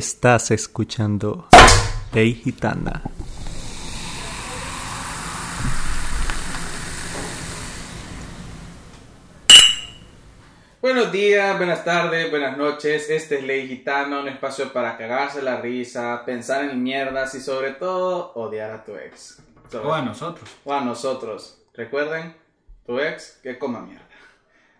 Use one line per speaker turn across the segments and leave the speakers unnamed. Estás escuchando Ley Gitana.
Buenos días, buenas tardes, buenas noches. Este es Ley Gitana, un espacio para cagarse la risa, pensar en mierdas y sobre todo odiar a tu ex. Sobre-
O a nosotros.
o a nosotros. Recuerden, tu ex que coma mierda.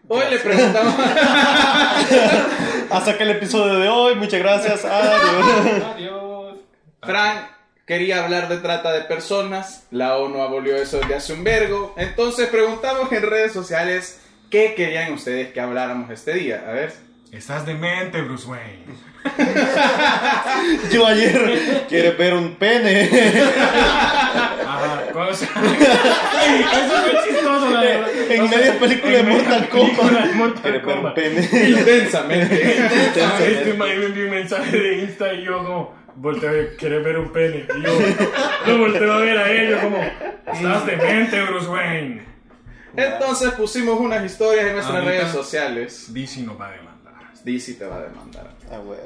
Hoy le preguntamos.
Hasta acá el episodio de hoy, muchas gracias. Adiós.
Adiós.
Frank quería hablar de trata de personas. La ONU abolió eso desde hace un vergo. Entonces preguntamos en redes sociales qué querían ustedes que habláramos este día. A ver.
Estás demente, Bruce Wayne.
Yo ayer quiere ver un pene
Ajá, cosa. Ay, Eso fue chistoso, la verdad.
en media película de Mortal Kombat. Quiere ver un pene.
Intensamente.
Ah, Este man me envió un mensaje de Insta y yo como, volteo, a ver, ¿quieres ver un pene? Y yo lo volteo a ver a ellos como, estás demente, Bruce Wayne.
Entonces pusimos unas historias en nuestras
Ahorita.
redes sociales.
DC nos va a demandar.
DC te va a demandar.
Ah, güey.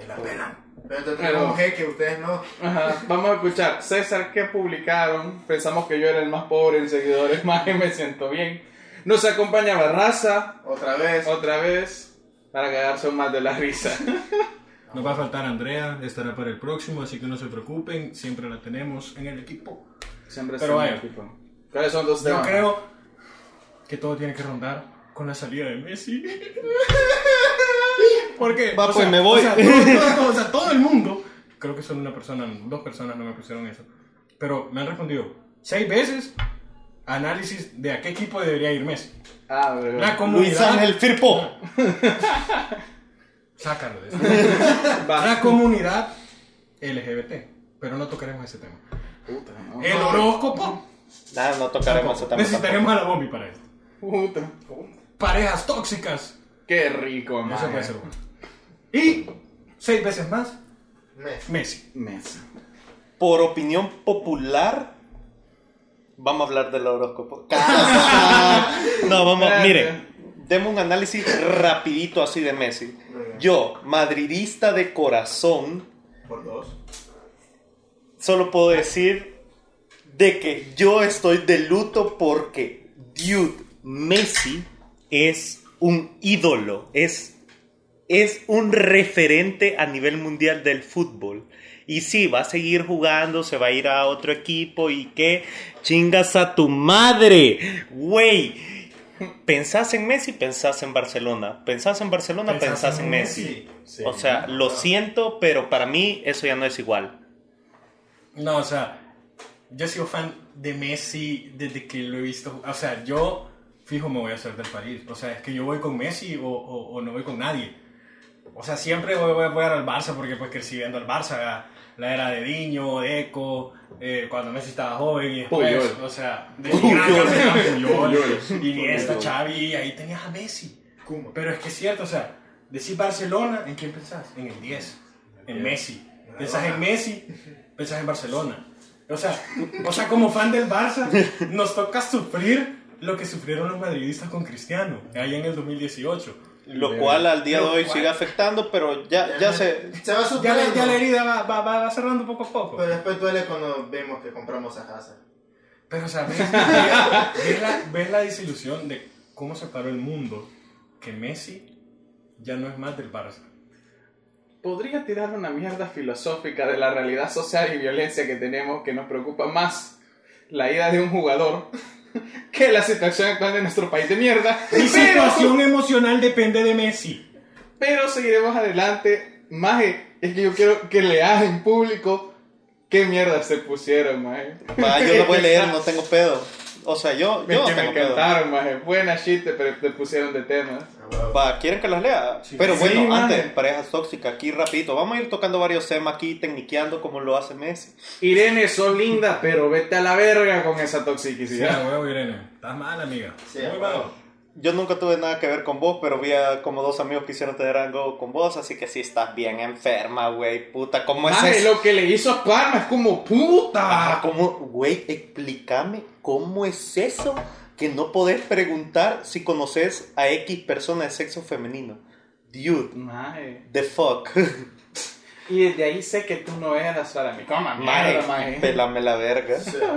Pero te
Pero-
traigo como que ustedes no.
Ajá, Vamos a escuchar. César, ¿qué publicaron? Pensamos que yo era el más pobre en seguidores, más que me siento bien. Nos acompaña Barraza
Otra vez.
otra vez para cagarse más de la risa.
Nos va a faltar Andrea, estará para el próximo, así que no se preocupen, siempre la tenemos en el equipo.
Siempre
Pero
son
vaya.
equipo. ¿Cuáles son tus
Yo
temas?
creo que todo tiene que rondar con la salida de Messi. Porque
Va, pues, me voy.
O sea, todo, todo- todo- o sea, todo el mundo, creo que solo una persona, dos personas no me pusieron eso, pero me han respondido seis veces análisis de a qué equipo debería ir Messi.
Ah, bro.
La
Luis
comunidad,
Ángel Firpo.
sácalo de eso.
Va.
La comunidad LGBT, pero no tocaremos ese tema.
Puta, no.
El horóscopo,
Nah, no tocaremos ese tema. tampoco.
necesitaremos a la bombi para esto.
Puta.
Parejas tóxicas,
Qué rico, man.
Eso puede ser bueno. Y seis veces más,
Mes.
Messi.
Mesa.
Por opinión popular, vamos a hablar del horóscopo. No, vamos, miren, demos un análisis rapidito así de Messi. Yo, madridista de corazón,
Por dos.
solo puedo decir de que yo estoy de luto porque Dude Messi es un ídolo, es, es un referente a nivel mundial del fútbol. Y sí, va a seguir jugando, se va a ir a otro equipo y qué chingas a tu madre, güey. Pensás en Messi, pensás en Barcelona. Pensás en Barcelona, pensás, en, Messi.
Sí.
O sea, lo siento, pero para mí eso ya no es igual.
No, o sea, yo he sido fan de Messi desde que lo he visto. O sea, yo fijo me voy a hacer del París. O sea, es que yo voy con Messi o, o- o no voy con nadie. O sea, siempre voy, voy a apoyar al Barça porque pues crecí viendo al Barça. La, la era de Diño, de Eco, eh, cuando Messi estaba joven y después,
Puyol.
o sea, de gran campeón, Puyol, y Iniesta,
Puyol.
Xavi, y ahí tenías a Messi.
Kuma.
Pero es que es cierto, o sea, decís Barcelona, ¿en quién pensás? En el 10, en Messi. Pensás en Messi, pensás en Barcelona. O sea, o sea, como fan del Barça, nos toca sufrir lo que sufrieron los madridistas con Cristiano, allá en el 2018.
Lo
Bien.
cual al día de
Lo
hoy
cual-
sigue afectando, pero ya, ya se...
Se va
Ya
superando.
la, ya la herida va, va- va- va cerrando poco a poco.
Pero después duele cuando vemos que compramos a Hazard.
Pero, o sea, ves, ves la, ves la desilusión de cómo se paró el mundo que Messi ya no es más del Barça.
Podría tirar una mierda filosófica de la realidad social y violencia que tenemos que nos preocupa más la ida de un jugador que la situación actual de nuestro país de mierda.
Mi
Pero,
situación emocional depende de Messi.
pero seguiremos adelante. Maje, es que yo quiero que leas en público qué mierda se pusieron, maje.
Va, yo lo voy a leer, no tengo pedo. O sea, yo,
Me,
yo no
que me
tengo pedo.
encantaron, maje. Buena shit, te, pre- te pusieron de temas.
Va, ¿quieren que los lea?
Sí.
Pero
Sí,
bueno,
man.
antes, parejas tóxicas, aquí rapidito. Vamos a ir tocando varios temas aquí, tecniqueando como lo hace Messi.
Irene, sos linda, pero vete a la verga con esa
Sí,
toxicidad.
a huevo, Irene. Estás mal, amiga.
Sí,
Muy
a
mal.
huevo.
Yo nunca tuve nada que ver con vos, pero vi a como dos amigos que quisieron tener algo con vos, así que sí estás bien enferma, güey, puta. ¿Cómo es
Maje,
eso?
lo que le hizo a Parma es como puta.
Ah, ¿cómo? Güey, explícame cómo es eso que no podés preguntar si conoces a X persona de sexo femenino. Dude,
Maje.
the fuck.
Y desde ahí sé que tú no eras para mí. Coma,
Mae,
mierda, mae.
pelame la verga.
O sea,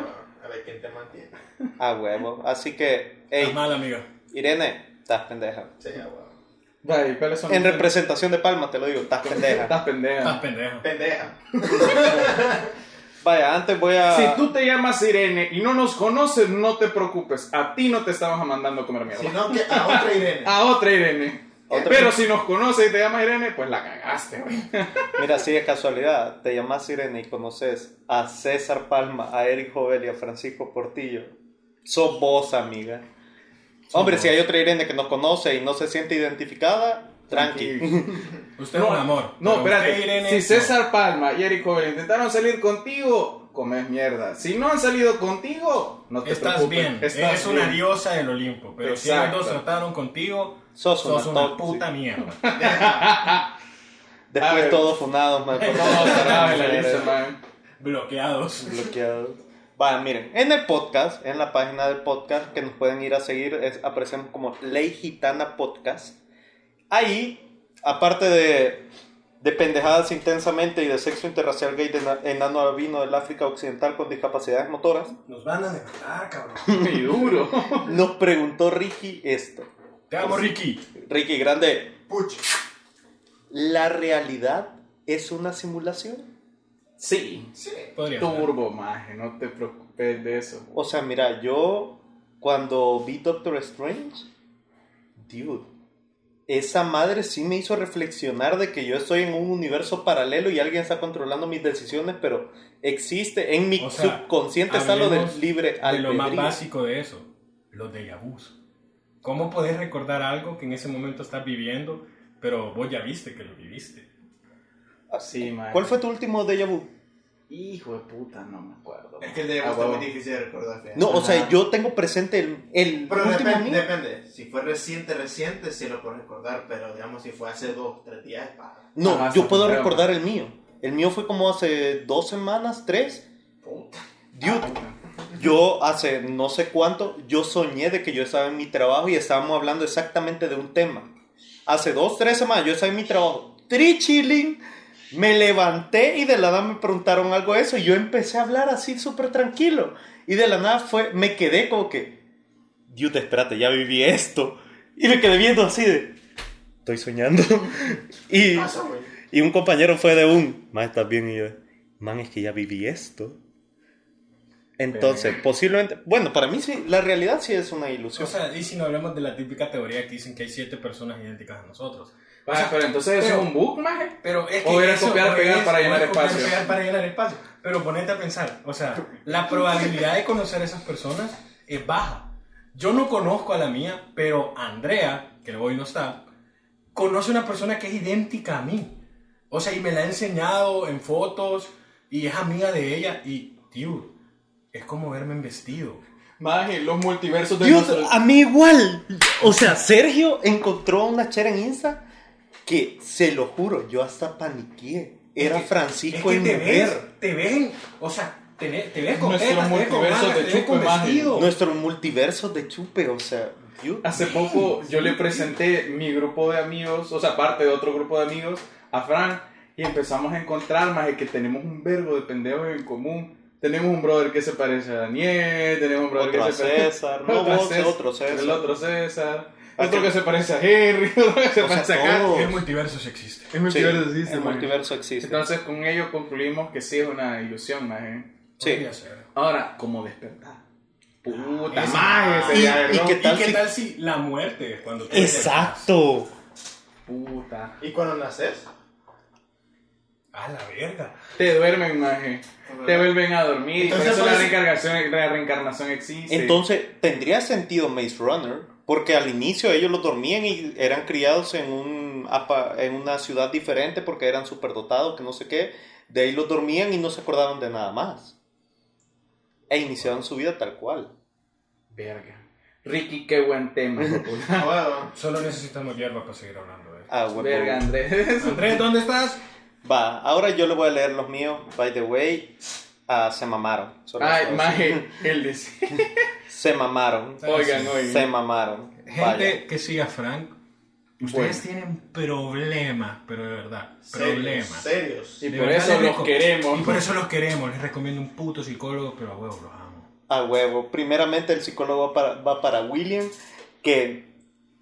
a ver quién te mantiene.
A huevo. Así que,
Estás
hey,
mal, amiga.
Irene, estás pendeja.
Sí, a huevo.
Vale, ¿cuáles son
En
los-
representación de Palma te lo digo, estás pendeja.
Estás pendeja.
Estás pendejo.
Pendeja.
Vaya, antes voy a.
Si tú te llamas Irene y no nos conoces, no te preocupes. A ti no te estamos mandando a comer mierda.
Sino que a otra Irene.
A otra Irene.
Otra
Pero si nos conoces y te llamas Irene, pues la cagaste, güey.
Mira, si es casualidad, te llamas Irene y conoces a César Palma, a Eric Jovel y a Francisco Portillo. Sos vos, amiga. Hombre, si hay otra Irene que nos conoce y no se siente identificada, tranqui.
Usted es un amor.
No,
pero
espérate.
usted, Irene,
si
no.
César Palma y Eric Joven intentaron salir contigo, comes mierda. Si no han salido contigo, no te
Estás
preocupes.
bien,
Estás
eres una
bien.
diosa del Olimpo, pero si
Exacto.
ellos dos trataron contigo,
Sos,
sos
una,
una
tóxica.
puta mierda.
A
Después
ver.
todos funados, man.
No, carajo, la lista, man.
Bloqueados.
bloqueados. Va, miren, en el podcast, en la página del podcast que nos pueden ir a seguir, es, aparecemos como Ley Gitana Podcast. Ahí, aparte de, de pendejadas intensamente y de sexo interracial gay de na- enano albino del África Occidental con discapacidades motoras,
Nos van a demandar, cabrón.
Y duro.
nos preguntó Ricky esto.
Te amo, Ricky.
Ricky, grande,
Puch.
¿la realidad es una simulación?
Sí.
Sí.
Podría ser.
Turbo, maje, no te preocupes de eso.
O sea, mira, yo cuando vi Doctor Strange, dude, esa madre sí me hizo reflexionar de que yo estoy en un universo paralelo y alguien está controlando mis decisiones, pero existe en mi
O sea,
subconsciente está lo del
hablemos
libre
De lo más
albedrío.
básico de eso, los de yabús. ¿Cómo podés recordar algo que en ese momento estás viviendo, pero vos ya viste que lo viviste?
Sí, maje.
¿Cuál fue tu último déjà vu?
Hijo de puta, no me acuerdo.
Es que el de
Ah,
vos está
huevo.
muy difícil de recordar. fíjate.
No, o
Ajá.
sea, yo tengo presente el, el
Pero
último
depende,
mío.
depende. Si fue reciente, reciente, sí lo puedo recordar. Pero digamos, si fue hace dos, tres días, es paja.
No,
Ajá,
yo
sí,
puedo
creo.
recordar el mío. El mío fue como hace dos semanas, tres.
Puta.
Dude, Yo hace no sé cuánto, yo soñé de que yo estaba en mi trabajo y estábamos hablando exactamente de un tema. Hace dos, tres semanas yo estaba en mi trabajo, tri chilling, me levanté y de la nada me preguntaron algo de eso y yo empecé a hablar así súper tranquilo. Y de la nada fue, me quedé como que, Dios, espérate, ya viví esto. Y me quedé viendo así de, estoy soñando. y,
Pasa, güey.
y un compañero fue de un, man, estás bien. Y yo, man, es que ya viví esto. Entonces, posiblemente, bueno, para mí sí, la realidad sí es una ilusión.
O sea, y si no hablamos de la típica teoría que dicen que hay siete personas idénticas a nosotros.
Maje, pero entonces eso
Pero-
es un bug, maje.
Pero es
O
que
era
eso
copiar,
no
pegar
es-
para
o
llenar
es copiar,
espacio.
pegar para llenar espacio. Pero ponete a pensar, o sea, la probabilidad de conocer a esas personas es baja. Yo no conozco a la mía, pero Andrea, que hoy no está, conoce una persona que es idéntica a mí. O sea, y me la ha enseñado en fotos y es amiga de ella y, tío, es como verme en vestido.
Maje, los multiversos de
Dios, ah,
nuestros-
a mí igual. O sea, Sergio encontró a una chera en Insta que, se lo juro, yo hasta paniqué. Era
Es que-
Francisco
es
en
que te
mujer.
ves, te ven, o sea, te, ve- te ves con
Nuestro
tetas, te ves con
multiverso
mangas,
de
te ves con
chupa imagen.
vestido.
Nuestro multiverso de chupe, o sea, Dios.
Hace poco yo le presenté mi grupo de amigos, o sea, parte de otro grupo de amigos, a Fran, y empezamos a encontrar, maje, que tenemos un verbo de pendejos en común. Tenemos un brother que se parece a Daniel, tenemos un brother
Otro
que
a
se parece
César, no
Otro a
vos,
César,
otro César.
El otro César,
Ah,
otro
que-
que se parece a Henry, otro que se
O sea,
parece a Kat.
todo.
El multiverso sí existe.
El
Sí,
multiverso existe,
el
maje.
multiverso existe.
Entonces con ello concluimos que sí es una ilusión, maje.
Sí.
Podría ser.
Ahora, ¿cómo despertar? Puta
Esa-
maje, sería
Y- y
vergón.
que- ¿Qué tal
¿Y qué
si-
tal si la muerte es cuando te
Exacto.
Puta.
¿Y cuando naces?
A la verga.
Te duermen, maje. Te vuelven a dormir. y Por
Entonces,
eso la
pues-
reencarnación, la reencarnación existe.
Entonces, tendría sentido Maze Runner, porque al inicio ellos los dormían y eran criados en, un, apa- en una ciudad diferente porque eran superdotados, que no sé qué. De ahí los dormían y no se acordaron de nada más. E iniciaron su vida tal cual.
Verga. Ricky, qué buen tema. hijo de puta.
A huevo.
Solo necesitamos hierba para seguir hablando de esto.
Ah, huevo.
Verga, Andrés.
Andrés, ¿dónde estás?
Va, ahora yo le voy a leer los míos. By the way, ah, se mamaron. Solo eso
Ay,
voy a decir.
maje. Él dice.
Se mamaron.
Oigan, oigan.
Se mamaron.
Gente
Vaya.
que siga a Frank. Ustedes
Bueno.
tienen problemas, pero de verdad,
Serios,
problemas.
serios.
Y
De
por
verdad
eso
les
los
reco-
queremos.
Y por eso los queremos. Les recomiendo un puto psicólogo, pero a huevo los amo.
A huevo. Primeramente el psicólogo va para, va para William, que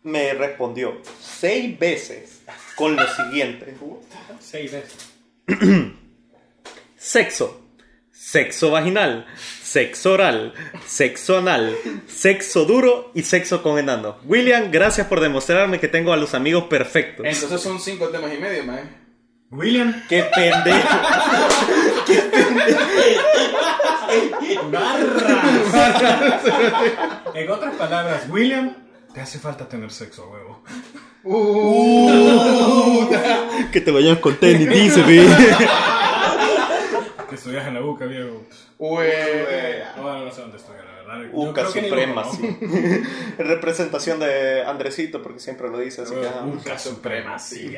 me respondió seis veces con lo siguiente.
Seis veces.
Sexo. Sexo vaginal, sexo oral, sexo anal, sexo duro y sexo con enano. William, gracias por demostrarme que tengo a los amigos perfectos.
Entonces son cinco temas y medio, man.
William,
¡Qué pendejo!
barras. en otras palabras, William, te hace falta tener sexo, a huevo.
Uh.
que te vayas con tenis, dice, ve.
Que estudias en la UCA, viejo.
Güey.
Wea.
No, no sé dónde estudiar, la verdad. Yo
Uca
creo que ni
Suprema,
lo-
sí. Representación de Andresito, porque siempre lo dice,
Ah,
así que... ajá.
Uca Suprema, sí.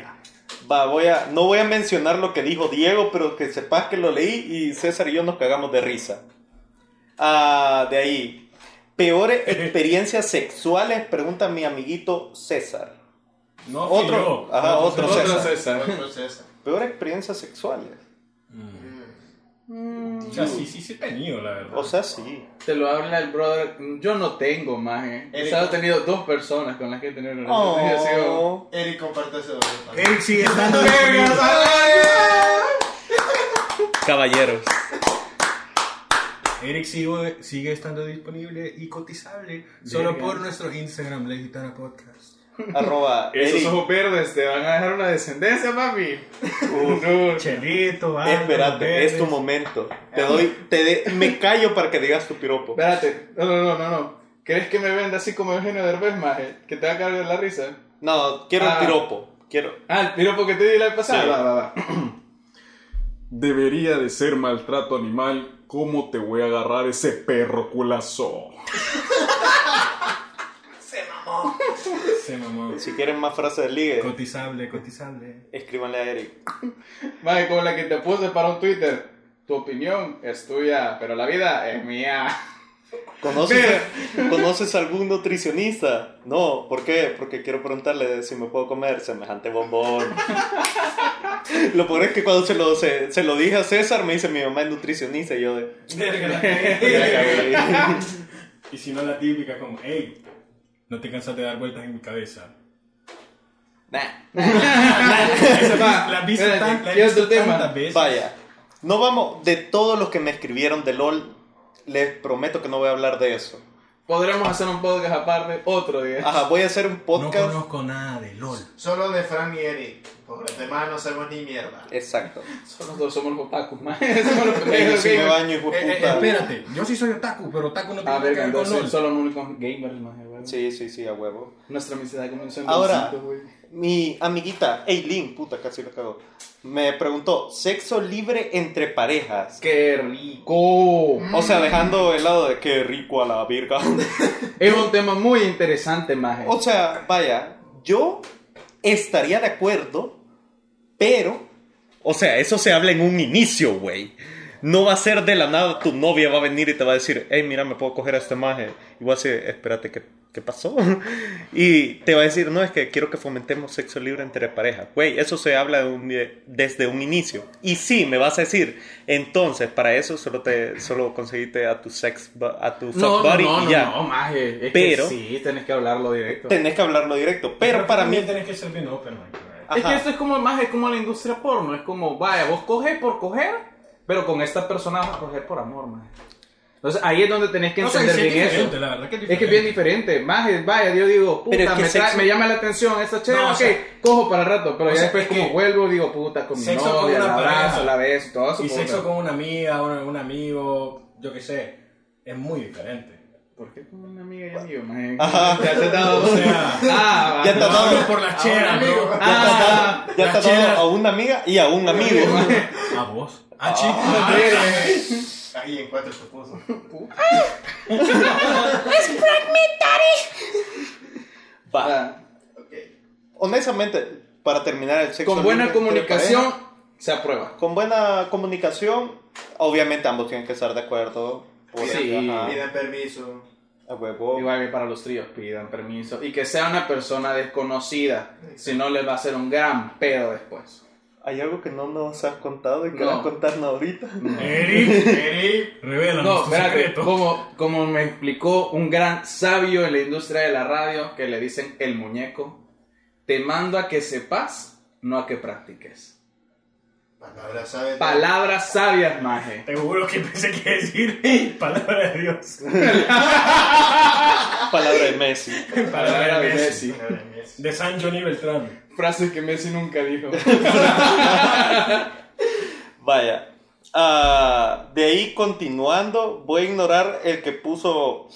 Va, voy a, no voy a mencionar lo que dijo Diego, pero que sepas que lo leí y César y yo nos cagamos de risa. Ah, de ahí. Peores experiencias sexuales, pregunta mi amiguito César.
No,
Otro.
fui yo.
Ajá, otro
Otro
César.
César.
Otro César.
Peores experiencias sexuales.
Mm.
Mm.
O sea, sí, sí, sí he tenido, la verdad.
O sea, sí.
Te lo habla el brother. Yo no tengo más, eh.
Eric.
Quizás he tenido dos personas con las que he tenido una relación. Yo sigo-
Oh,
Eric comparte ese dolor también.
Eric sigue estando disponible.
ah. caballeros.
Eric sigue, sigue estando disponible y cotizable solo
Verga.
por nuestro Instagram, La Gitana Podcast.
Arroba.
Esos
Eric.
ojos verdes te van a dejar una descendencia, papi. No.
Chelito, Álvaro,
Espérate,
Pérez.
es tu momento. Te doy, te de- me callo para que digas tu piropo.
Espérate. No, no, no, no, no. ¿Crees que me venda así como Eugenio Derbez, maje? ¿Que te va a caer de la risa?
No, quiero el
Ah.
piropo. Quiero.
Ah, el piropo que te di la vez pasada.
Sí.
Va, va, va.
Debería de ser maltrato animal. ¿Cómo te voy a agarrar ese perro culazo?
Se mamó.
Si quieren más frases de ligue,
Cotizable, cotizable.
escríbanle a Eric.
Maje, como la que te puse para un Twitter. Tu opinión es tuya, pero la vida es mía.
¿Conoces, ¿Conoces algún nutricionista? No, ¿por qué? Porque quiero preguntarle si me puedo comer semejante bombón. Lo peor es que cuando se lo, se, se lo dije a César, me dice mi mamá es nutricionista y yo de... "Verga, güey".
y si no la típica como, hey, no te cansas de dar vueltas en mi cabeza.
Esa va.
La has visto
Espérate,
tan- la has
¿qué
visto
otro tema?
tantas veces.
Vaya, no vamos... De todos los que me escribieron de LOL, les prometo que no voy a hablar de eso.
Podremos hacer un podcast aparte otro día.
Ajá, voy a hacer un
No
podcast...
conozco nada de LOL.
Eh,
Solo de Fran y Eric. Por los demás no sabemos ni mierda.
Exacto.
Nosotros somos los otakus, maje. Somos los
Yo
pendejos
sí me
gamers. Ah,
baño,
Eh,
hijo de
eh,
puta.
espérate, yo sí soy otaku, pero otaku no
A
tiene
ver,
que ver con LOL.
Ah, entonces solo los únicos gamers, maje, güey.
Sí, sí, sí, a huevo.
Nuestra amistad comenzó en
Ahora.
Bosito, güey.
Mi amiguita Eileen, puta, casi lo cago, me preguntó, ¿sexo libre entre parejas?
¡Qué rico!
O sea, dejando de lado de qué rico a la virga.
Es un tema muy interesante, maje.
O sea, vaya, yo estaría de acuerdo, pero... O sea, eso se habla en un inicio, güey. No va a ser de la nada, tu novia va a venir y te va a decir, hey, mira, me puedo coger a este maje. Y vas a decir, espérate, ¿qué, qué pasó? y te va a decir, no, es que quiero que fomentemos sexo libre entre parejas. Güey, eso se habla de un- desde un inicio. Y sí, me vas a decir, entonces, para eso solo, te, solo conseguiste a tu sex, bu- a tu fuck
no, no,
buddy
no,
y
no,
ya.
no, maje. Es
Pero-
que sí, tenés que hablarlo directo.
Tenés que hablarlo directo. Pero
Creo
para
que
mí.
también tenés que ser bien open, Mike, right?
Es
Ajá.
que esto es como, maje, es como la industria porno. Es como, vaya, vos coges por coger, pero con esta persona vas a coger por amor, maje. Entonces ahí es donde tenés que
No sé, sí
entender
es
bien
diferente,
eso.
la verdad que es
Es que es bien diferente, maje, vaya, yo digo, puta,
Pero es que
me, trae-
sexo-
me llama la atención esta chévere,
No, o
ok,
sea-
cojo para el rato, pero
o
ya
sea,
después
es
como
que-
vuelvo, digo, puta, con mi
Sexo con
novia,
una
la
pareja.
abrazo, la beso, todo eso.
Y
puta.
sexo con una amiga, un, un amigo, yo qué sé, es muy diferente.
¿Por qué con una amiga y amigo, maje?
Ajá.
Ya te has dado...
O sea,
Ah, va.
Ah, Ya te has dado-
hablo por la chera, bro.
Ya te has
Ah,
dado- ya te has
la chera.
dado a una amiga y a un amigo.
A vos.
Ah,
A chico.
Ahí en cuatro se puso.
Va.
Ah.
Ok.
Honestamente, para terminar el sexo.
Con buena
libre entre
comunicación
parejas,
se aprueba.
con buena comunicación, obviamente ambos tienen que estar de acuerdo. por-
Piden,
Sí.
ajá.
piden permiso.
A huevo.
Igual que para los tríos, pidan permiso. Y que sea una persona desconocida, si no les va a hacer un gran pedo después.
Hay algo que no nos has contado y que
No.
no contarnos ahorita.
Eric, Eric, revela
No,
tu
espérate,
secreto.
como, como me explicó un gran sabio en la industria de la radio que le dicen el muñeco, te mando a que sepas, no a que practiques.
Palabra sabe.
Palabras sabias, maje.
Te juro que pensé que iba a decir palabra de Dios.
Palabra de Messi.
Palabra de Messi.
Palabra de Messi.
De San Johnny Beltrán.
Frases que Messi nunca dijo.
Vaya. Ah, de ahí continuando, voy a ignorar el que puso.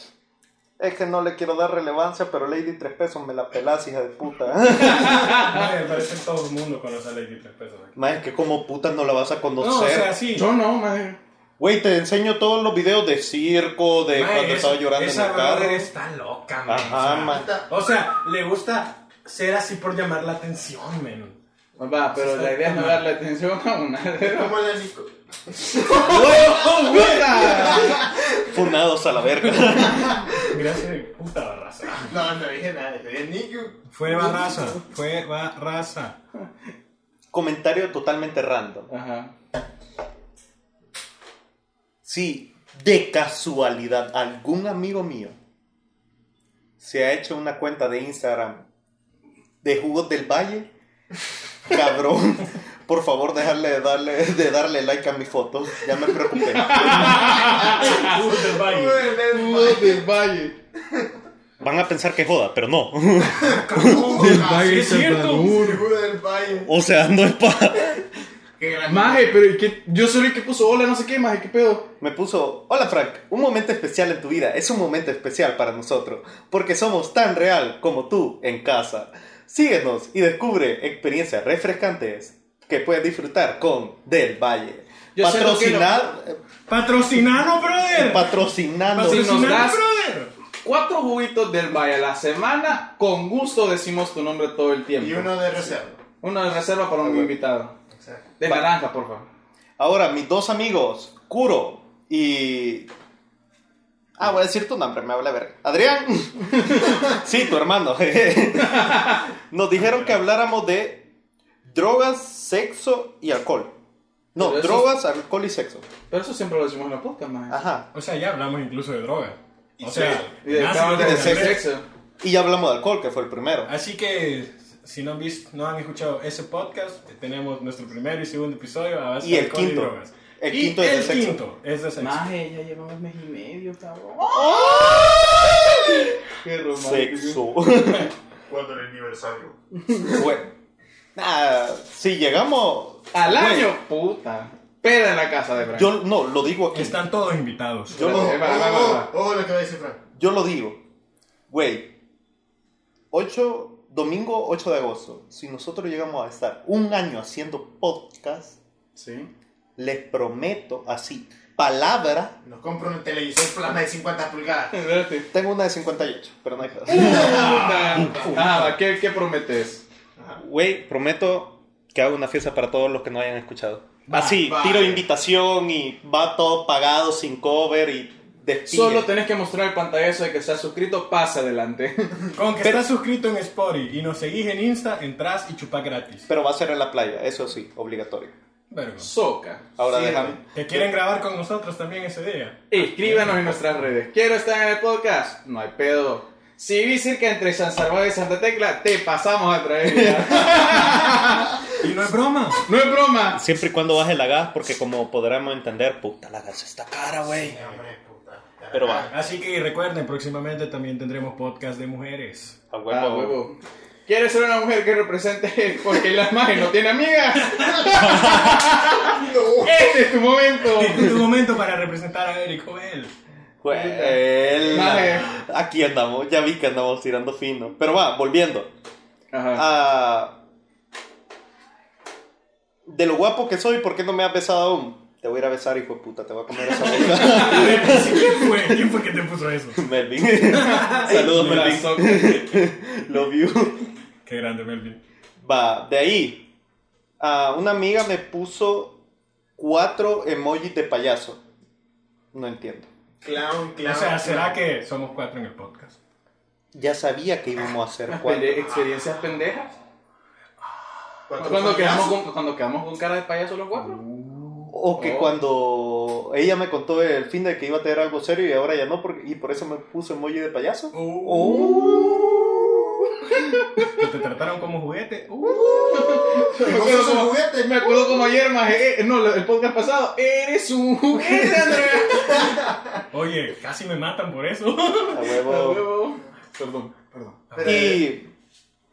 Es que no le quiero dar relevancia, pero Lady Tres Pesos me la pelás, hija de puta.
Madre, parece que todo el mundo conoce a Lady Tres Pesos. aquí.
Más es que como puta no la vas a conocer.
No, o sea, sí.
Yo no, maje.
Güey, te enseño todos los videos de circo, de
Mae,
cuando
esa-
estaba llorando en
esa
el
brother
carro.
está loca, man.
Ajá, man.
O sea, le gusta ser así por llamar la atención, men.
Va, pero la idea es no darle atención a una.
Como la Nico.
Funados a la verga.
Gracias de puta barraza.
No, no dije nada. Dije Nico.
Fue barraza, fue barraza.
Comentario totalmente random.
Ajá.
Si de casualidad algún amigo mío se ha hecho una cuenta de Instagram de Jugos del Valle, cabrón, por favor dejarle de darle, de darle like a mi foto. Ya me preocupé.
Uy, del baile.
del Valle.
Van a pensar que joda, pero no.
Del
Valle
es cierto.
Seguro del valle.
O sea, no es para...
Qué gran-
Maje, pero ¿y qué? yo soy el que puso hola, no sé qué, maje, qué pedo.
Me puso, hola Frank, un momento especial en tu vida es un momento especial para nosotros, porque somos tan real como tú en casa. Síguenos y descubre experiencias refrescantes que puedes disfrutar con Del Valle.
Yo sé lo que no-
Patrocinar,
Patrocinado,
eh,
brother.
Patrocin-
patrocinando.
Patrocinado,
Si nos das-
brother.
Cuatro juguitos del Valle a la semana, con gusto decimos tu nombre todo el tiempo.
Y uno de reserva.
Uno de reserva para un invitado.
Exacto.
De naranja, por favor.
Ahora, mis dos amigos, Kuro y... Ah, voy a decir tu nombre, me habla verga. Adrián. sí, tu hermano. Nos dijeron que habláramos de drogas, sexo y alcohol. No,
Pero eso-
drogas, alcohol y sexo.
Pero eso siempre lo decimos en la podcast, maje.
Ah.
Ajá.
O sea, ya hablamos incluso de droga. O
Y
sea,
sexo.
Y de,
nace
acabamos de
con
decir
la red.
sexo.
Y ya hablamos de alcohol, que fue el primero.
Así que si no han visto, no han escuchado ese podcast, eh, tenemos nuestro primero y segundo episodio ah, a base
Y
de
el
alcohol
quinto.
y drogas.
El
Y
quinto es de
el
sexo.
quinto es de sexo.
Maje, ya llevamos mes y medio, cabrón. Qué romántico.
Sexo.
Cuando el aniversario.
Bueno. Nah, si llegamos...
Al
Güey,
año, puta. Peda en la casa de Frank.
Yo no, lo digo aquí.
Están todos invitados.
Yo lo-
Eh, va, va, va, va.
Oh, oh, lo que va a decir Frank.
Yo lo digo, güey, 8, domingo 8 de agosto, si nosotros llegamos a estar un año haciendo podcast,
Sí.
les prometo así, palabra,
Nos compra un televisor plasma de 50 pulgadas.
Espérate.
tengo una de 58, pero no hay pedo.
Ah, ¿qué, ¿qué prometes?
Güey, prometo que hago una fiesta para todos los que no hayan escuchado.
Va,
así,
va.
tiro invitación y va todo pagado sin cover y despide.
Solo tenés que mostrar el pantallazo de que estás suscrito, pasa adelante.
Con que estás suscrito en Spotify y nos seguís en Insta, entras y chupas gratis.
Pero va a ser en la playa, eso sí, obligatorio.
Vergo.
Soca.
Ahora
Sí,
déjame.
¿Te quieren grabar con nosotros también ese día?
Escríbanos en nuestras redes. Quiero estar en el podcast. No hay pedo. Si vi cerca entre San Salvador y Santa Tecla, te pasamos a traer. ya.
Y no es broma.
no es broma.
Siempre y cuando baje la gas, porque como podremos entender, puta, la gas está cara, güey.
Sí, hombre, puta.
Pero va.
Así que recuerden, próximamente también tendremos podcast de mujeres.
A huevo.
Ah, huevo. ¿Quieres ser una mujer que represente porque la imagen no tiene amigas? Este es tu
Oh.
momento.
Este es tu momento para representar a Eric Joel.
Juela.
Maje.
Aquí andamos, ya vi que andamos tirando fino. Pero va, volviendo.
Ajá.
Ah, de lo guapo que soy, ¿por qué no me has besado aún? Te voy a ir a besar, hijo de puta, te voy a comer esa boca.
A ver, ¿Quién fue? ¿Quién fue que te puso eso?
Melvin. Saludos,
La
Melvin.
soca.
Love you.
Qué grande, Melvin.
Va, de ahí. ah, una amiga me puso cuatro emojis de payaso. No entiendo.
pues. Clown,
O
clown.
sea, ¿será
clown.
que somos cuatro en el podcast?
Ya sabía que íbamos a hacer
Unas
cuatro.
pende- experiencias pendejas.
Cuatro
Cuando quedamos,
payasos.
con, cuando quedamos con cara de payaso los cuatro.
O que
Oh.
cuando ella me contó el fin de que iba a tener algo serio y ahora ya no, porque, y por eso me puso emoji de payaso.
Uh.
Uh.
Oh.
Que te trataron como juguete. Uh.
Pero
Pero
¿Cómo son
como-
juguetes?
Me acuerdo como ayer, más, eh, no, el podcast pasado. Eres un juguete, Andrea.
Oye, casi me matan por eso.
A huevo.
Perdón, perdón.
Pero- eh,
Y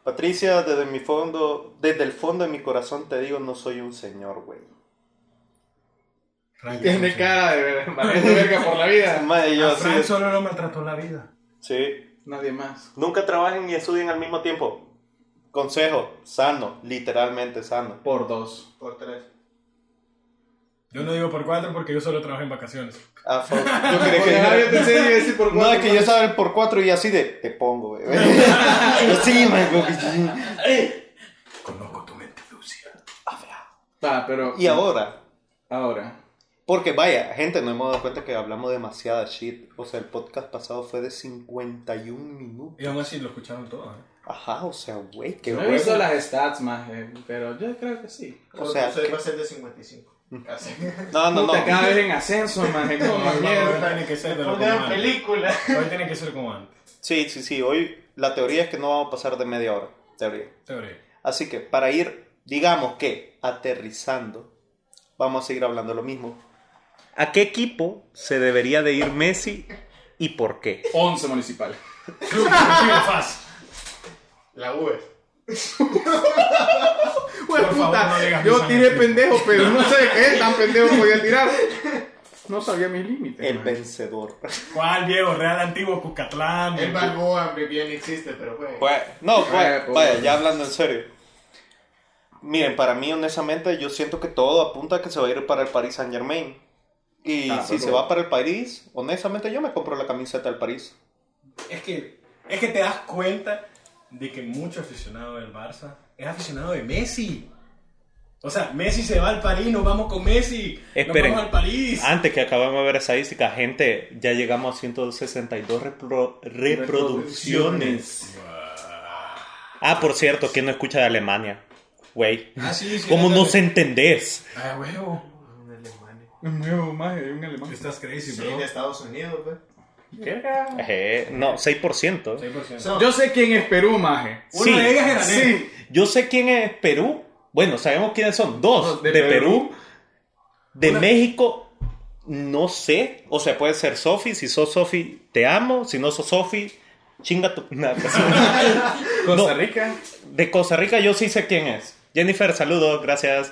Patricia, desde mi fondo, desde el fondo de mi corazón te digo, no soy un señor, güey.
Frank,
Tiene cara de ver- de verga por la vida.
Madre, yo
A
así
Frank
es.
solo lo maltrató la vida.
Sí.
Nadie más.
Nunca trabajen ni estudien al mismo tiempo. Consejo, sano, literalmente sano.
Por dos.
Por tres.
Yo no digo por cuatro porque yo solo trabajo en vacaciones.
Ah, fuck. Yo
Porque
creí que-
ajá, yo pensé que iba a decir por
No,
cuatro,
es que yo estaba el por cuatro y así de, te pongo, güey. Yo sí, man, como que-
Conozco tu mente Lucia.
Ah, pero.
Y ahora,
Ahora.
porque vaya, gente, no hemos dado cuenta que hablamos demasiada shit. O sea, el podcast pasado fue de 51 minutos.
Y aún así lo escucharon todos. ¿eh?
Ajá, o sea, güey, qué
no he
huevo.
visto las stats más, eh, pero yo creo que sí.
O sea,
Soy-
que-
va a ser de 55. Casi.
No, no, no.
Puta, cada vez en ascenso, más, como
Hoy
mierda.
tiene que ser de lo
Por
como
una
antes.
película.
Hoy tiene que ser como antes.
Sí, sí, sí. Hoy la teoría es que no vamos a pasar de media hora. Teoría.
Teoría.
Así que para ir, digamos que, aterrizando, vamos a seguir hablando lo mismo. ¿A qué equipo se debería de ir Messi y por qué?
11 municipal.
Club Deportivo Faz.
La V.
Bueno,
Por favor,
puta,
no digas mi
yo
sangre.
tiré pendejo, pero no sé qué tan pendejo podía tirar. No sabía mis límites.
El
man.
vencedor.
¿Cuál viejo? Real Antiguo, Cucatlán.
El Balboa, que ya no existe, pero pues, fue.
Bueno, no,
Eh,
bueno,
pues.
vaya, ya hablando en serio. Miren, para mí, honestamente, yo siento que todo apunta a que se va a ir para el Paris Saint Germain. Y
Ah,
si
pero-
se va para el París, honestamente, yo me compro la camiseta del París.
Es que, es que te das cuenta de que mucho aficionado del Barça es aficionado de Messi. O sea, Messi se va al París, nos vamos con Messi. Nos
Esperen.
vamos al París.
Antes que acabamos de ver estadísticas, gente, ya llegamos a 162
reproducciones.
Ah, por cierto, ¿quién no escucha de Alemania? Güey,
Ah, sí, sí,
¿cómo
yo
no se
también.
entendés?
Ah, huevo.
Un alemán.
Un nuevo más, hay un alemán.
Tú estás crazy,
Sí,
bro.
de Estados Unidos, pues.
Ejé, Eh, no, 6%.
6%.
Son-
Yo sé quién es Perú, maje.
Una de ellas era Ney.
Sí.
Yo sé quién es Perú. Bueno, sabemos quiénes son. Dos
Dos
de,
de
Perú.
Perú.
De
Una-
México, no sé. O sea, puede ser Sofi. Si sos Sofi, te amo. Si no sos Sofi, chinga tu. Nah, pues,
Costa
No.
Rica.
de Costa Rica, yo sí sé quién es. Jennifer, saludos, gracias.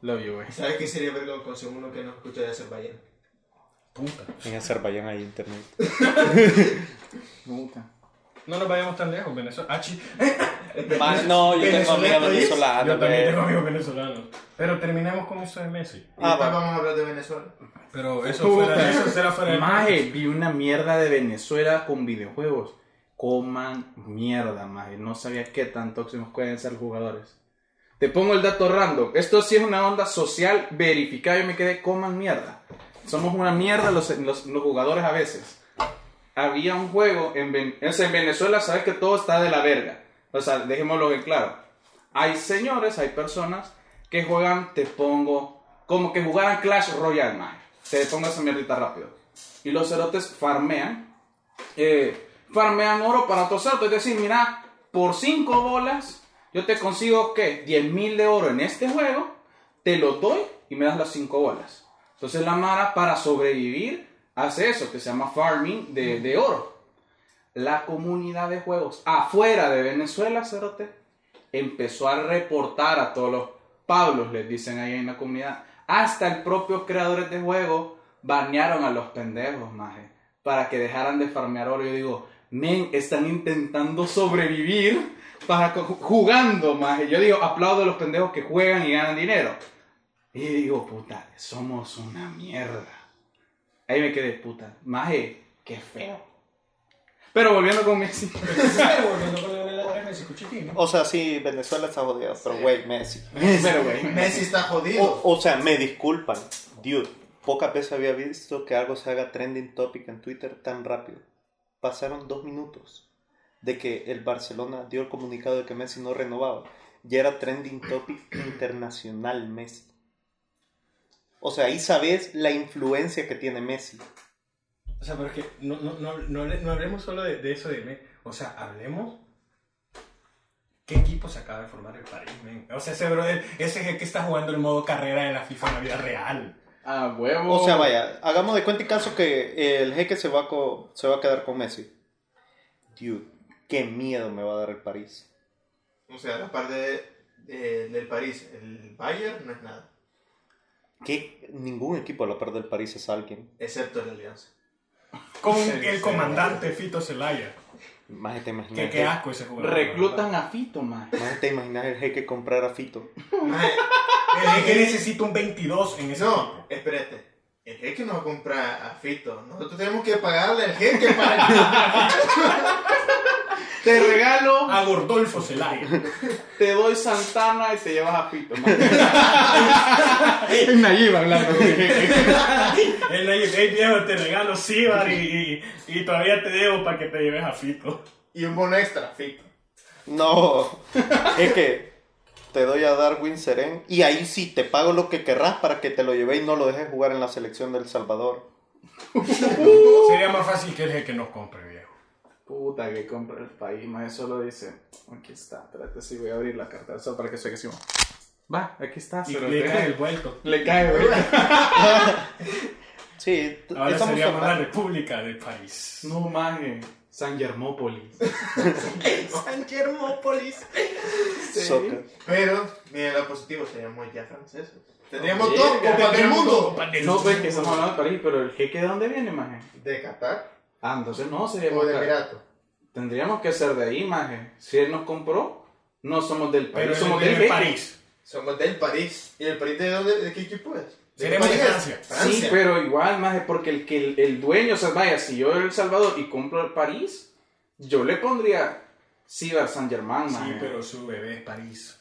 Love you, güey.
¿Sabes qué sería verga con si uno que no escucha de Azerbaiyán?
Puta.
En Azerbaiyán hay internet.
Me gusta.
No nos vayamos tan lejos, Venezuela. Ah, chi-
no, yo tengo
Venezuela,
amigos
¿no es?
venezolanos.
Yo también
güey.
tengo amigos venezolanos. Pero terminemos con esto de Messi.
Y
Ah,
después
va.
vamos a hablar de Venezuela.
Pero eso fuera de eso, será fuera de
Maje, vi una mierda de Venezuela con videojuegos. Coman mierda, maje. No sabía qué tan tóxicos pueden ser los jugadores. Te pongo el dato random. Esto sí es una onda social verificada. Yo me quedé, coman mierda. Somos una mierda los, los- los jugadores a veces. Había un juego en, Ven- o sea, en Venezuela, sabes que todo está de la verga. O sea, dejémoslo en claro. Hay señores, hay personas que juegan, te pongo, como que jugaran Clash Royale, maje. Te pongo esa mierdita rápido. Y los cerotes farmean eh, farmean oro para otros cerdos. Es decir, mira, por 5 bolas, yo te consigo que 10 mil de oro en este juego, te lo doy y me das las 5 bolas. Entonces la Mara para sobrevivir hace eso, que se llama farming de, de oro. La comunidad de juegos afuera de Venezuela, cerote, empezó a reportar a todos los Pablos, les dicen ahí en la comunidad. Hasta el propios creadores de juegos banearon a los pendejos, maje, para que dejaran de farmear oro. Yo digo, men, están intentando sobrevivir para co- jugando, maje. Yo digo, aplaudo a los pendejos que juegan y ganan dinero. Y digo, puta, somos una mierda. Ahí me quedé, puta, maje, qué feo. Pero volviendo con Messi.
O sea, sí, Venezuela está jodida, pero güey, Messi. Oh,
Pero, güey.
Messi está jodido.
O, o sea, me disculpan, dude. Pocas veces había visto que algo se haga trending topic en Twitter tan rápido. Pasaron dos minutos de que el Barcelona dio el comunicado de que Messi no renovaba. Ya era trending topic internacional Messi. O sea, ahí sabes la influencia que tiene Messi.
O sea, pero es que no, no, no, no, hable- no hablemos solo de, de eso de me. O sea, hablemos. ¿Qué equipo se acaba de formar el París, men? O sea, ese, brother, ese es el que está jugando el modo carrera de la FIFA en la vida real.
Ah, huevo.
O sea, vaya, hagamos de cuenta y caso que el jeque se va a, co- se va a quedar con Messi. Dude, qué miedo me va a dar el París. oh.
O sea, la parte de- del París, el Bayern no es nada,
Que ningún equipo a la par del París es alguien.
excepto el Alianza.
Con
Sí,
el
sí,
comandante Fito Celaya.
Más te imaginas.
Que
el
qué
jeque-
asco ese jugador.
Reclutan a Fito, man.
maje, te imaginas el jeque comprar a Fito.
Maje,
El que necesita un 22 en ese
No,
equipo.
espérate. El jeque nos va a comprar a Fito. Nosotros tenemos que pagarle al jeque para que-
Te regalo,
A Gordolfo Celaya.
te doy Santana y te llevas a Fito, man.
Él le dice, hey viejo, te regalo Sibar y, y, y todavía te debo para que te lleves a Fito.
Y un bono extra, Fito.
No, es que te doy a Darwin Seren y ahí sí te pago lo que querrás para que te lo lleve y no lo dejes jugar en la selección del Salvador.
Sería más fácil que el jeque nos compre, viejo.
Puta que compra el país, man. Eso lo dice. Aquí está, espérate si voy a abrir la carta. Eso para que se que sí, man. Va, aquí está.
Y
se lo
le
entrega.
cae el vuelto.
Le cae, güey.
Sí, t-
Ahora
estamos
seríamos la
hablando-
República del País.
No, man. San Germópolis.
San Germópolis.
Soccer.
Pero, mira lo positivo, seríamos ya franceses. Tendríamos
Verga,
dos copas del
tendríamos
mundo.
Copa del
No, pues
Mundo.
que estamos hablando de París, pero el jeque de dónde viene, maje.
De Qatar
Ah, entonces no,
o
seríamos.
de
car-
Emirato.
Tendríamos que ser de ahí, maje. Si él nos compró, no somos del país,
Pero
somos
somos
del
de
jeque.
París.
Somos del París. ¿Y el París de dónde? ¿De qué equipo es? ¿De qué
Seremos de
país es?
Francia.
Francia.
Sí, pero igual, maje, porque el que el, el dueño, o sea, vaya, si yo era El Salvador y compro el París, yo le pondría Cibar San Germán, maje.
Sí, pero su bebé es París.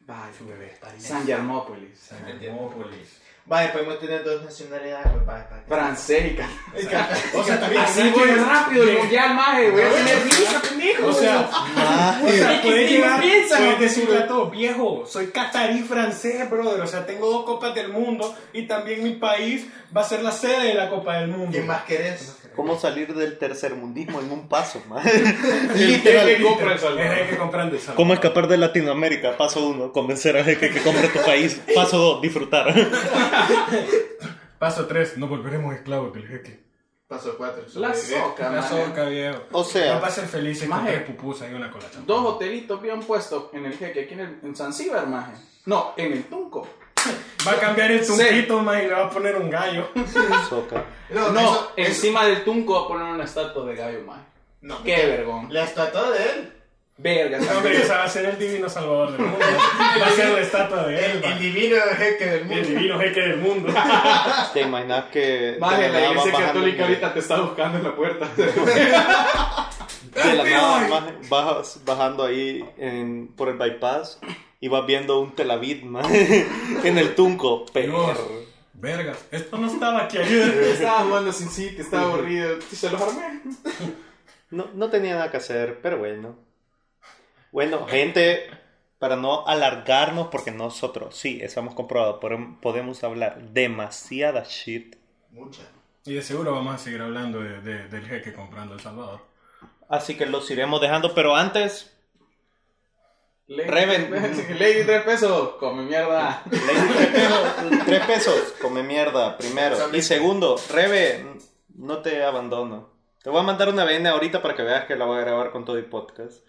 Vaya,
Su bebé es París.
San Germópolis.
San Germópolis.
Vaya, podemos tener dos nacionalidades. Pues, vaya, para que-
Francés y ca-
Y Qatar.
O sea, también.
Así voy rápido el
Bien.
mundial, maje. Voy a tener visa, pendejo.
O sea,
Ah,
o sea, puedes
¿qué
llegar,
piensan?
puedes decirle a todos, viejo, soy catarí francés, brother, o sea, tengo dos copas del mundo y también mi país va a ser la sede de la Copa del Mundo.
¿Qué más querés?
¿Cómo salir del tercermundismo en un paso, man?
El jeque compra El
Es el
Salvador.
que compran de Salvador.
¿Cómo escapar de Latinoamérica? Paso uno, convencer a gente que compre tu país. Paso dos, disfrutar.
Paso 3, no volveremos esclavos del jeque.
Paso 4.
La soca,
La
maje.
soca, viejo.
O sea-
eh. No va a ser felices con
Maje.
tres pupusas y una cola champán.
Dos hotelitos bien puestos en el jeque, aquí en, el, en San Cibar, maje. No, en el Tunco.
Va a cambiar el
Sí.
tunquito, maje, y le va a poner un gallo.
Soca.
No,
no,
eso- eso-
encima del Tunco va a poner una estatua de Gallo Maje.
no.
Qué vergón.
La estatua de él.
Verga,
No, hombre,
también.
esa va a ser el divino salvador del mundo. Va a ser la estatua de él,
El,
va.
el divino jeque del
El
mundo.
divino jeque del mundo.
¿Te imaginas que...
Maje,
de
la
nada vas
iglesia
bajando
católica
un-
ahorita te está buscando en la puerta.
De la nada, maje, vas bajando ahí en- por el bypass y vas viendo un Tel Aviv, man, en el Tunco.
Dios,
Perro.
vergas, esto no estaba aquí ayer.
estaba jugando sin City, estaba aburrido. Y Se los armé.
No, no tenía nada que hacer, pero bueno. Bueno, gente, para no alargarnos, porque nosotros, sí, estamos comprobados, podem- podemos hablar demasiada shit.
Mucha.
Y de seguro vamos a seguir hablando de- de- del jeque comprando El Salvador.
Así que los iremos dejando, pero antes,
Lady,
Reven-
Lady, tres pesos. Come mierda.
Lady, tres pesos, tres pesos, come mierda, primero. Y segundo, Rebe, no te abandono. Te voy a mandar una VN ahorita para que veas que la voy a grabar con todo y podcast.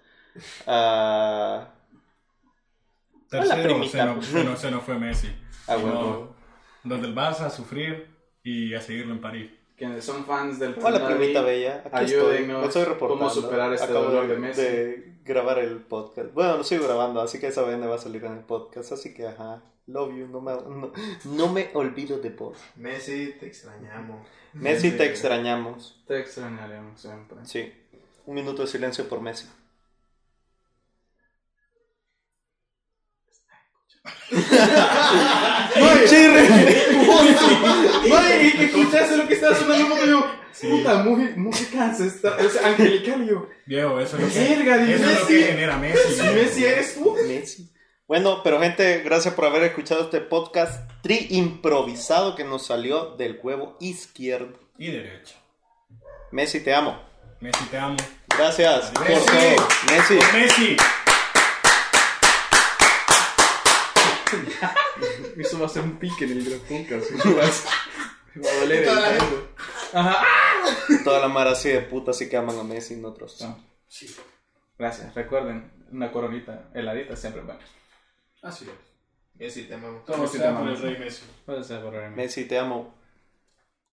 Ah, Hola,
Tercero, se
primita.
nos, se nos- se nos fue Messi.
Ah,
Y
bueno.
no, Los del Barça a sufrir y a seguirlo en París.
Quienes son fans del
Hola,
Real
primita
Madrid,
bella. Aquí
ayúdennos
estoy. Estoy
cómo
reportando.
superar este
Acabo
dolor de Messi.
grabar el podcast. Bueno, lo sigo grabando, así que esa vez me va a salir en el podcast. Así que, ajá. Love you. No me, no, no me olvido de vos.
Messi, te extrañamos.
Messi,
Sí.
te extrañamos.
Te extrañaremos siempre.
Sí. Un minuto de silencio por Messi.
¡Chirre!
Sí.
Puta, mu- música ancestral, o sea, angelical, y yo.
Viejo, eso es lo que,
Verga, di
eso es lo que
Messi.
genera Messi.
Si Messi eres tú.
Messi. Bueno, pero gente, gracias por haber escuchado este podcast tri improvisado que nos salió del huevo izquierdo.
Y derecho.
Messi, te amo.
Messi, te amo.
Gracias por
Messi.
todo. Messi.
Messi.
Eso va a ser un pique en el gran podcast. Me va a doler el dedo. Ajá.
Toda la mara así de puta, así que aman a Messi y nosotros.
Ah. Gracias, recuerden, una coronita heladita siempre es buena.
Así es.
Yo sí te mamo.
Todo
Messi, te
sea por
amo.
el rey Messi.
Puede ser por ahora mismo.
Messi, te amo.